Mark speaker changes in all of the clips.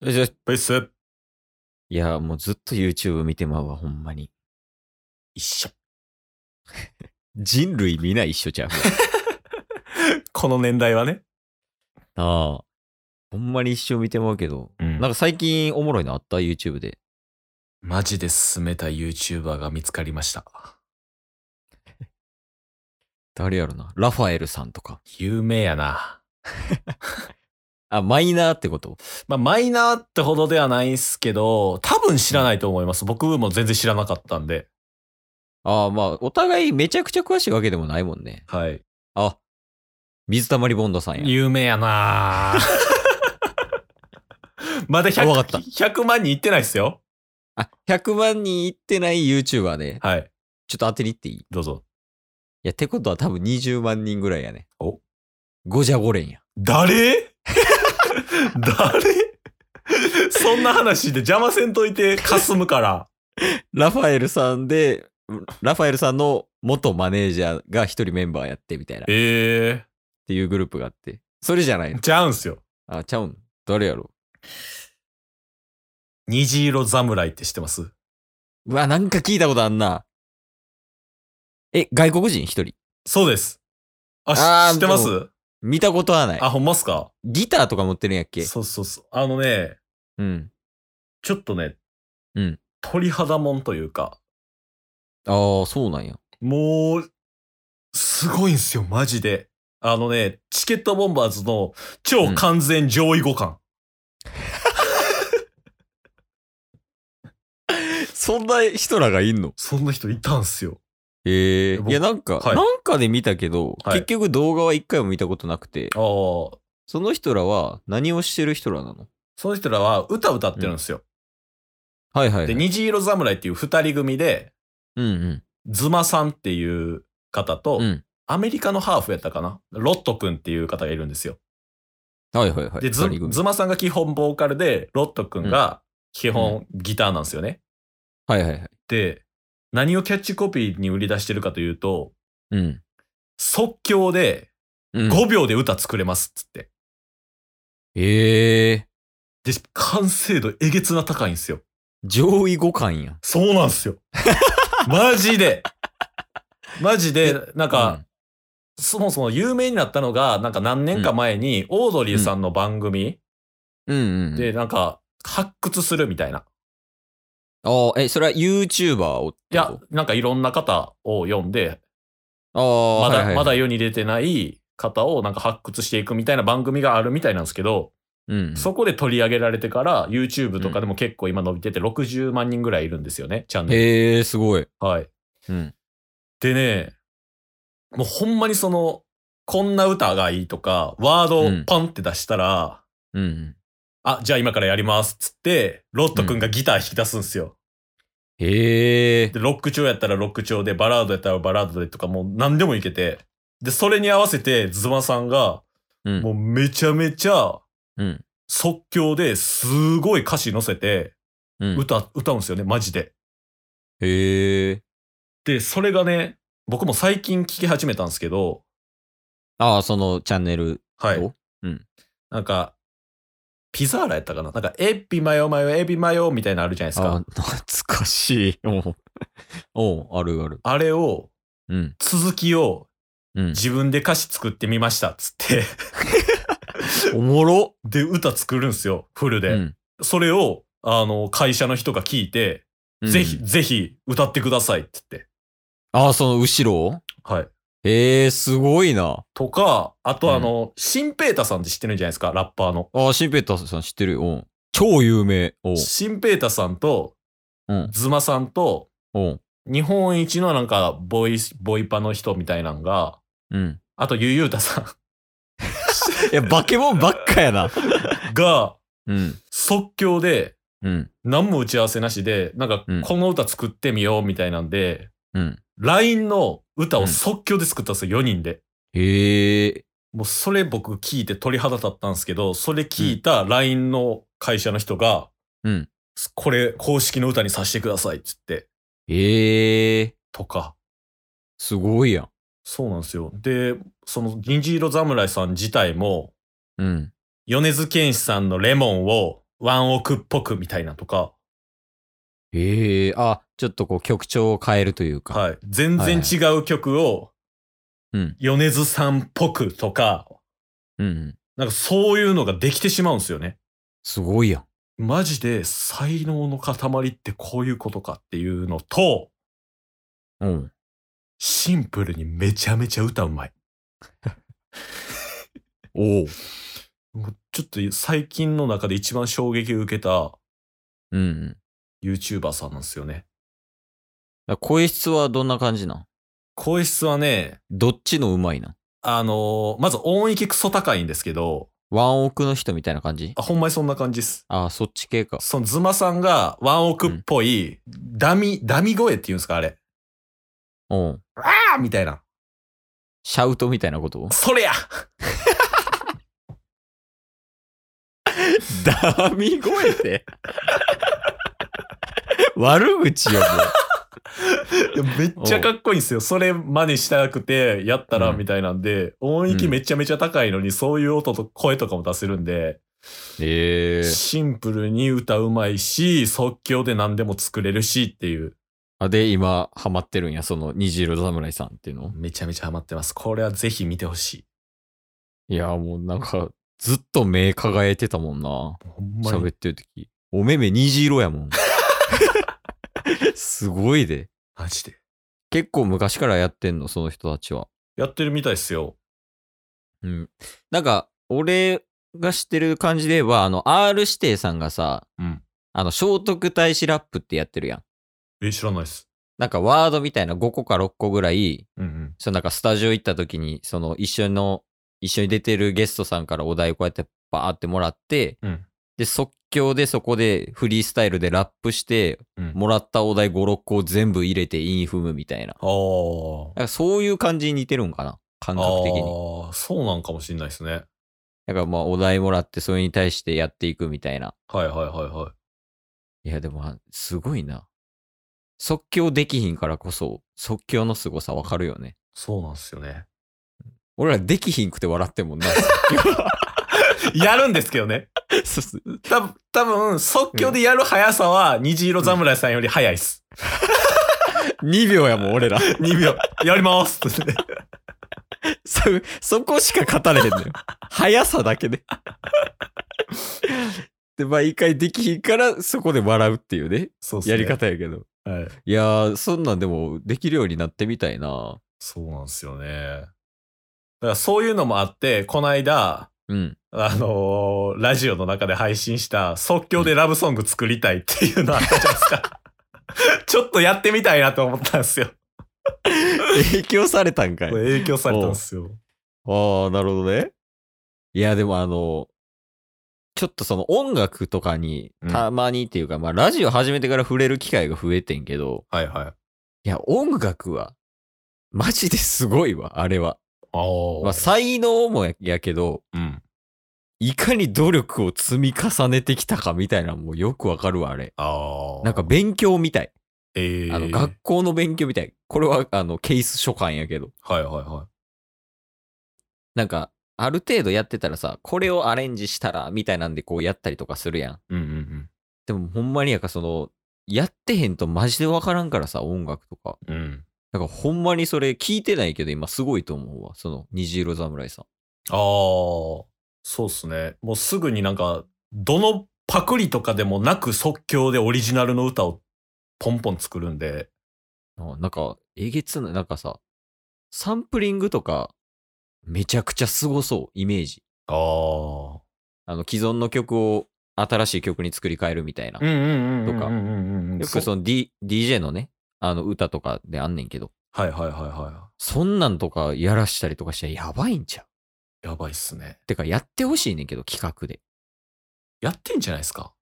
Speaker 1: よしよし
Speaker 2: ペース
Speaker 1: いや、もうずっと YouTube 見てまうわ、ほんまに。
Speaker 2: 一緒。
Speaker 1: 人類皆一緒ちゃう。
Speaker 2: この年代はね。
Speaker 1: ああ。ほんまに一生見てまうけど。
Speaker 2: うん
Speaker 1: なんか最近おもろいのあった ?YouTube で。
Speaker 2: マジで進めた YouTuber が見つかりました。
Speaker 1: 誰やろなラファエルさんとか。
Speaker 2: 有名やな。
Speaker 1: あ、マイナーってこと
Speaker 2: まあ、マイナーってほどではないんすけど、多分知らないと思います。僕も全然知らなかったんで。
Speaker 1: ああ、まあ、お互いめちゃくちゃ詳しいわけでもないもんね。
Speaker 2: はい。
Speaker 1: あ、水溜りボンドさんや。
Speaker 2: 有名や なまだ 100,
Speaker 1: わかった
Speaker 2: 100万人いってないっすよ。
Speaker 1: あ、100万人いってない YouTuber ね。
Speaker 2: はい。
Speaker 1: ちょっと当てに行っていいい
Speaker 2: どうぞ。
Speaker 1: や、ってことは多分20万人ぐらいやね。
Speaker 2: お
Speaker 1: ゴジャゴレンや。
Speaker 2: 誰 誰そんな話で邪魔せんといて、霞むから。
Speaker 1: ラファエルさんで、ラファエルさんの元マネージャーが一人メンバーやってみたいなっ
Speaker 2: え
Speaker 1: ていうグループがあって。それじゃない
Speaker 2: え
Speaker 1: の
Speaker 2: ちゃうんすよ。
Speaker 1: あ、ちゃうん。誰やろ
Speaker 2: 虹色侍って知ってます
Speaker 1: うわ、なんか聞いたことあんな。え、外国人一人
Speaker 2: そうです。あ、し
Speaker 1: あー
Speaker 2: 知ってます
Speaker 1: で見たことはない。
Speaker 2: あ、ほんまっすか
Speaker 1: ギターとか持ってるんやっけ
Speaker 2: そうそうそう。あのね、
Speaker 1: うん。
Speaker 2: ちょっとね、
Speaker 1: うん。
Speaker 2: 鳥肌もんというか、
Speaker 1: ああ、そうなんや。
Speaker 2: もう、すごいんすよ、マジで。あのね、チケットボンバーズの超完全上位互換。
Speaker 1: そんな人らがいんの
Speaker 2: そんな人いたんすよ。
Speaker 1: ええ
Speaker 2: 僕
Speaker 1: いや、なんか、
Speaker 2: はい
Speaker 1: なんかで見たけど、
Speaker 2: はい
Speaker 1: 結局動画は一回も見たことなくて、
Speaker 2: ああ、そ
Speaker 1: その人らは何をしてる人らなの
Speaker 2: の人らは歌歌ってるんですよ。
Speaker 1: はいはい、はい。
Speaker 2: で、虹色侍っていう二人組で、
Speaker 1: うんうん。
Speaker 2: ズマさんっていう方と、
Speaker 1: うん。
Speaker 2: アメリカのハーフやったかなロット君っていう方がいるんですよ。
Speaker 1: はいはいはい。
Speaker 2: で、ズ
Speaker 1: 二人組
Speaker 2: ズマさんが基本ボーカルで、ロット君が基本ギターなんですよね。
Speaker 1: はいはいはい。
Speaker 2: で、何をキャッチコピーに売り出してるかというと、
Speaker 1: うん。
Speaker 2: 即興で
Speaker 1: うん、
Speaker 2: 5秒で歌作れますっつって。
Speaker 1: ええ
Speaker 2: で、完成度えげつな高いんですよ。
Speaker 1: 上位互換やん。
Speaker 2: そうなん ですよ。マジで。マジで、なんか、そもそも有名になったのが、なんか何年か前に、オードリーさんの番組
Speaker 1: うん、うんうん。
Speaker 2: で、なんか、発掘するみたいな。
Speaker 1: ああ、え、それは YouTuber を
Speaker 2: いや、なんかいろんな方を読んで、
Speaker 1: ああ、
Speaker 2: ま
Speaker 1: はいは
Speaker 2: だ、
Speaker 1: い
Speaker 2: まだ世に出てない方をなんか発掘していくみたいな番組があるみたいなんですけど、
Speaker 1: うん。
Speaker 2: そこで取り上げられてから YouTube とかでも結構今伸びてて60万人ぐらいいるんですよね、チャンネル。
Speaker 1: ええすごい。
Speaker 2: はい。
Speaker 1: うん。
Speaker 2: でね、もうほんまにその、こんな歌がいいとか、ワード
Speaker 1: う
Speaker 2: を
Speaker 1: ん
Speaker 2: パンって出したら、
Speaker 1: うんうん。
Speaker 2: あ、じゃあ今からやりますっつって、ロット君がギター弾き出すんですよ。
Speaker 1: ええ
Speaker 2: で、ロック調やったらロック調で、バラードやったらバラードでとか、もう何でもいけて。で、それに合わせて、ズマさんが、
Speaker 1: うん
Speaker 2: もうめちゃめちゃ
Speaker 1: うん。
Speaker 2: 即興ですごい歌詞乗せて、
Speaker 1: うん。
Speaker 2: 歌、歌うんですよね、マジで。
Speaker 1: ええ
Speaker 2: で、それがね、僕も最近聞き始めたんですけど、
Speaker 1: ああ、そのチャンネル。
Speaker 2: はい
Speaker 1: お。うん。
Speaker 2: なんか、ピザーラやったかななんか、エビマヨマヨ、エビマヨみたいなのあるじゃないです
Speaker 1: ああ
Speaker 2: か。
Speaker 1: 懐かしい。おう おうあるある。
Speaker 2: あれを、
Speaker 1: うん。
Speaker 2: 続きを
Speaker 1: うん。
Speaker 2: 自分で歌詞作ってみました、つ って。
Speaker 1: おもろ。
Speaker 2: で、歌作るんすよ、フルで。
Speaker 1: うん
Speaker 2: それを、あの、会社の人が聞いて、
Speaker 1: うん
Speaker 2: ぜひ、ぜひ、歌ってくださいって言って。
Speaker 1: ああ、その後ろを
Speaker 2: はい。
Speaker 1: ええすごいな。
Speaker 2: とか、あとあの、シンペータさんって知ってるんじゃないですか、ラッパーの。
Speaker 1: ああ、シンペーターさん知ってるよ。おう超有名。おう
Speaker 2: シンペータさんと、
Speaker 1: うん。
Speaker 2: ズマさんと、
Speaker 1: おう
Speaker 2: 日本一のなんか、ボイ、ボイパの人みたいなんが、
Speaker 1: うん。
Speaker 2: あと、ゆゆうたさ
Speaker 1: いや、バケモンばっかやな。
Speaker 2: ん が、
Speaker 1: うん。
Speaker 2: 即興で、
Speaker 1: うん。
Speaker 2: 何も打ち合わせなしで、なんか
Speaker 1: うん、
Speaker 2: この歌作ってみようみたいなんで、
Speaker 1: うん。
Speaker 2: LINE の歌
Speaker 1: う
Speaker 2: を
Speaker 1: ん
Speaker 2: 即興で作ったんですよ、4人で。
Speaker 1: へえ
Speaker 2: もうそれ僕聞いて鳥肌立ったんですけど、それ聞いた LINE の会社の人が、
Speaker 1: うん
Speaker 2: これ公式の歌にさせてくださいっつって、
Speaker 1: ええ
Speaker 2: とか。
Speaker 1: すごいやん。
Speaker 2: そうなんですよ。で、その銀次色侍さん自体も、
Speaker 1: うん。
Speaker 2: 米津玄師さんのレモンをワンオクっぽくみたいなとか、
Speaker 1: ええあ、ちょっとこう曲調を変えるというか。
Speaker 2: はい。全然違う曲を、
Speaker 1: うん。
Speaker 2: 米津さんっぽくとか、
Speaker 1: うんうん。
Speaker 2: なんかそういうのができてしまうんですよね。
Speaker 1: すごいやん。
Speaker 2: マジで才能の塊ってこういうことかっていうのと、
Speaker 1: うん。
Speaker 2: シンプルにめちゃめちゃ歌うまい。
Speaker 1: おお。
Speaker 2: もうちょっと最近の中で一番衝撃を受けた
Speaker 1: うんうん。だか
Speaker 2: YouTuber さんなんですよね。
Speaker 1: ら声質はどんな感じなん
Speaker 2: 声質はね、
Speaker 1: どっちのうまいなん
Speaker 2: あのーまず音域クソ高いんですけど、
Speaker 1: ワンオクの人みたいな感じ
Speaker 2: あ、ほんまにそんな感じです。
Speaker 1: ああ、そっち系か。
Speaker 2: そのズマさんがワンオクっぽい、ダミ、ダミ声って言うんですかあれ。
Speaker 1: うん。
Speaker 2: ああみたいな。
Speaker 1: シャウトみたいなこと
Speaker 2: それや
Speaker 1: ダミ声って。 悪口よ、も
Speaker 2: めっちゃかっこいいんですよ。それ真似したくて、やったら
Speaker 1: うん
Speaker 2: みたいなんで、音域めちゃめちゃ高いのに、そういう音と声とかも出せるんで、
Speaker 1: う。ええ
Speaker 2: シンプルに歌うまいし、即興で何でも作れるしっていう。
Speaker 1: あで、今、ハマってるんや、その、虹色侍さんっていうの。
Speaker 2: めちゃめちゃハマってます。これはぜひ見てほしい。
Speaker 1: いや、もうなんか、ずっと目輝いてたもんな。
Speaker 2: ほんま
Speaker 1: 喋
Speaker 2: に。
Speaker 1: ってる時。お目目虹色やも ん。すごいで。
Speaker 2: マジで。
Speaker 1: 結構昔からやってんの、その人たちは。
Speaker 2: やってるみたいっすよ。
Speaker 1: うん。なんか、俺が知ってる感じでは、あの、R 指定さんがさ、
Speaker 2: うん
Speaker 1: あの、聖徳太子ラップってやってるやん。
Speaker 2: え、知らないっす。
Speaker 1: なんか、ワードみたいな5個か6個ぐらい、
Speaker 2: うんうん。
Speaker 1: そのなんかスタジオ行った時に、その一緒の、一緒に出てるゲストさんからお題こうやってバーってもらって、
Speaker 2: うん
Speaker 1: で、即興でそこでフリースタイルでラップして、
Speaker 2: うん
Speaker 1: もらったお題5、6個を全部入れてインフムみたいな。
Speaker 2: あー
Speaker 1: なんかそういう感じに似てるんかな感覚的に。
Speaker 2: あーそうなんかもしんないですね。
Speaker 1: なんかまあお題もらってそれに対してやっていくみたいな。
Speaker 2: はいはいはいはい。
Speaker 1: いやでもあすごいな。即興できひんからこそ即興の凄さわかるよね。
Speaker 2: そうなんですよね。
Speaker 1: 俺らできひんくて笑ってんもんな。
Speaker 2: やるんですけどね。
Speaker 1: そうそう
Speaker 2: 多分多分即興でやる速さは虹色侍さんより速いっす。
Speaker 1: 2秒やもん俺ら。
Speaker 2: 2秒。やり ますって
Speaker 1: そ、そこしか語れへんのよ。速さだけで。で、毎回できひんから、そこで笑うっていうね、
Speaker 2: そうっすね
Speaker 1: やり。方やけど。
Speaker 2: はい。
Speaker 1: いやー、そんなんでも、できるようになってみたいな。
Speaker 2: そうなんですよね。だからそういうのもあって、この間、
Speaker 1: うん。
Speaker 2: あのーラジオの中で配信した即興でラブソング作りたいっていうのあったじゃないですか。 ちょっとやってみたいなと思ったんですよ。
Speaker 1: 影響されたんかい。
Speaker 2: こ
Speaker 1: あ
Speaker 2: れ影響されたんですよ。
Speaker 1: ー、なるほどね。いや、でもあの、ちょっとその音楽とかに、
Speaker 2: うん
Speaker 1: たまにっていうか、まあ、ラジオ始めてから触れる機会が増えてんけど、
Speaker 2: はいはい。あ
Speaker 1: いや、音楽は、マジですごいわ、あれは。
Speaker 2: あ
Speaker 1: まあ、才能もややけど、
Speaker 2: うん。
Speaker 1: いかに努力を積み重ねてきたかみたいなのもよくわかるわ、あれ。
Speaker 2: ああ。
Speaker 1: なんか、勉強みたい。
Speaker 2: ええ
Speaker 1: あの、学校の勉強みたい。これは、あの、ケース書簡やけど。
Speaker 2: はいはいはい。
Speaker 1: なんか、ある程度やってたらさ、これをアレンジしたら、みたいなんでこうやったりとかするやん。
Speaker 2: うんうんうん。
Speaker 1: でも、ほんまにやっぱその、やってへんとマジでわからんからさ、音楽とか。
Speaker 2: うん。
Speaker 1: だからほんまにそれ聞いてないけど、今すごいと思うわ。その、虹色侍さん。
Speaker 2: ああ、そうっすね。もうすぐになんか、どのパクリとかでもなく即興でオリジナルの歌をポンポン作るんで。
Speaker 1: あなんか、えげつない、なんかさ、サンプリングとか、めちゃくちゃすごそう、イメージ。
Speaker 2: ああ。
Speaker 1: あの、既存の曲を新しい曲に作り変えるみたいな。
Speaker 2: うんうんうん。
Speaker 1: とか
Speaker 2: うんうんうんうん。
Speaker 1: よくその、D、DJ のね、あの、歌とかであんねんけど、
Speaker 2: はいはいはいは
Speaker 1: そんなんとかやらしたりとかしたらやばいんちゃう
Speaker 2: い。やばいっすね。
Speaker 1: てか、やってほしいねんけど、企画で。
Speaker 2: やってんじゃないですか。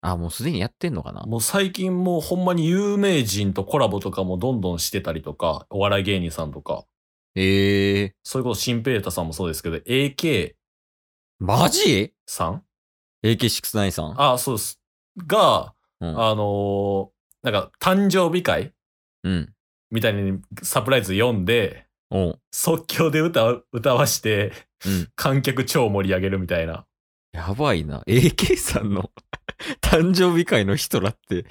Speaker 1: あ、もうすでにやってんのかな
Speaker 2: もう最近もうほんまに有名人とコラボとかもどんどんしてたりとか、お笑い芸人さんとか、
Speaker 1: ええー。
Speaker 2: それこそシンペータさんもそうですけど、AK
Speaker 1: マジ
Speaker 2: さん
Speaker 1: ?AK69 さん。
Speaker 2: ああ、そうです。が、
Speaker 1: うん。
Speaker 2: あのーなんか誕生日会
Speaker 1: うん。
Speaker 2: みたいにサプライズ読んで、
Speaker 1: おう
Speaker 2: 即興で歌う歌わして、
Speaker 1: うん
Speaker 2: 観客超盛り上げるみたいな。
Speaker 1: やばいな。AK さんの 誕生日会の人らって、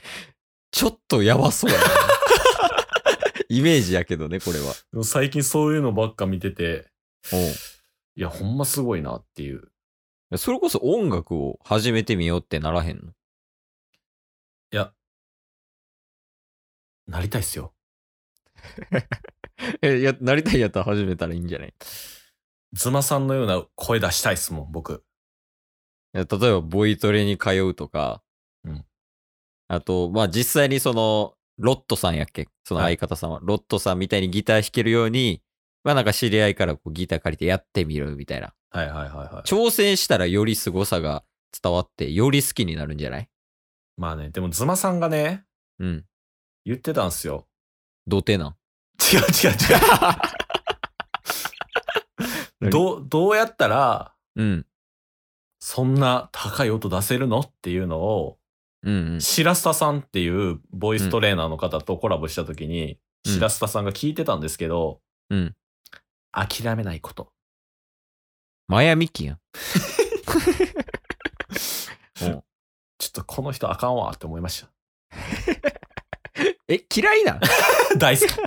Speaker 1: ちょっとやば そうやな。イメージやけどね、これは。
Speaker 2: でも最近そういうのばっか見てて、
Speaker 1: うんい
Speaker 2: いや、ほんますごいなっていう。
Speaker 1: や。それこそ音楽を始めてみようってならへんの。
Speaker 2: いや、なりたいっすよ。
Speaker 1: え、や、なりたいやったら始めたらいいんじゃないい
Speaker 2: ズマさんのような声出したいっすもん、僕。
Speaker 1: や例えば、ボイトレに通うとか、
Speaker 2: うん
Speaker 1: あと、まあ、実際にその、ロットさんやっけその相方さんは、ロットさんみたいにギター弾けるように、まあなんか知り合いからこうギター借りてやってみるみたいな。
Speaker 2: はいはいはいはい。
Speaker 1: 挑戦したらより凄さが伝わって、より好きになるんじゃない
Speaker 2: まあね、でもズマさんがね、
Speaker 1: うん。
Speaker 2: 言ってたんすよ。
Speaker 1: 土手なん。
Speaker 2: 違う違う違う。
Speaker 1: 何
Speaker 2: どう、どうやったら、
Speaker 1: うん。
Speaker 2: そんな高い音出せるのっていうのを、
Speaker 1: うんうん。
Speaker 2: 白下さんっていうボイストレーナーの方とコラボした時に、
Speaker 1: うん
Speaker 2: 白下さんが聞いてたんですけど、
Speaker 1: うん。
Speaker 2: 諦めないこと。
Speaker 1: マヤミキやん。うん
Speaker 2: ちょっとこの人あかんわって思いまし
Speaker 1: え、嫌いなん
Speaker 2: た。大好き。